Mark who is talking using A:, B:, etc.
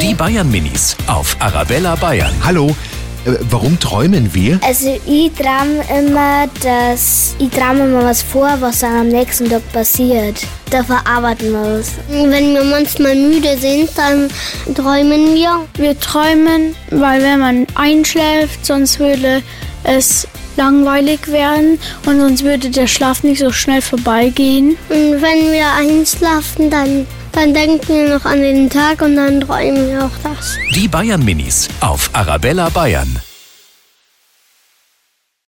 A: Die Bayern Minis auf Arabella Bayern.
B: Hallo, äh, warum träumen wir?
C: Also ich träume immer, dass ich träume immer was vor, was dann am nächsten Tag passiert. Da verarbeiten wir es. Wenn wir manchmal müde sind, dann träumen wir.
D: Wir träumen, weil wenn man einschläft, sonst würde es langweilig werden und sonst würde der Schlaf nicht so schnell vorbeigehen.
C: Und wenn wir einschlafen, dann, dann denken wir noch an den Tag und dann träumen wir auch das.
A: Die Bayern Minis auf Arabella Bayern.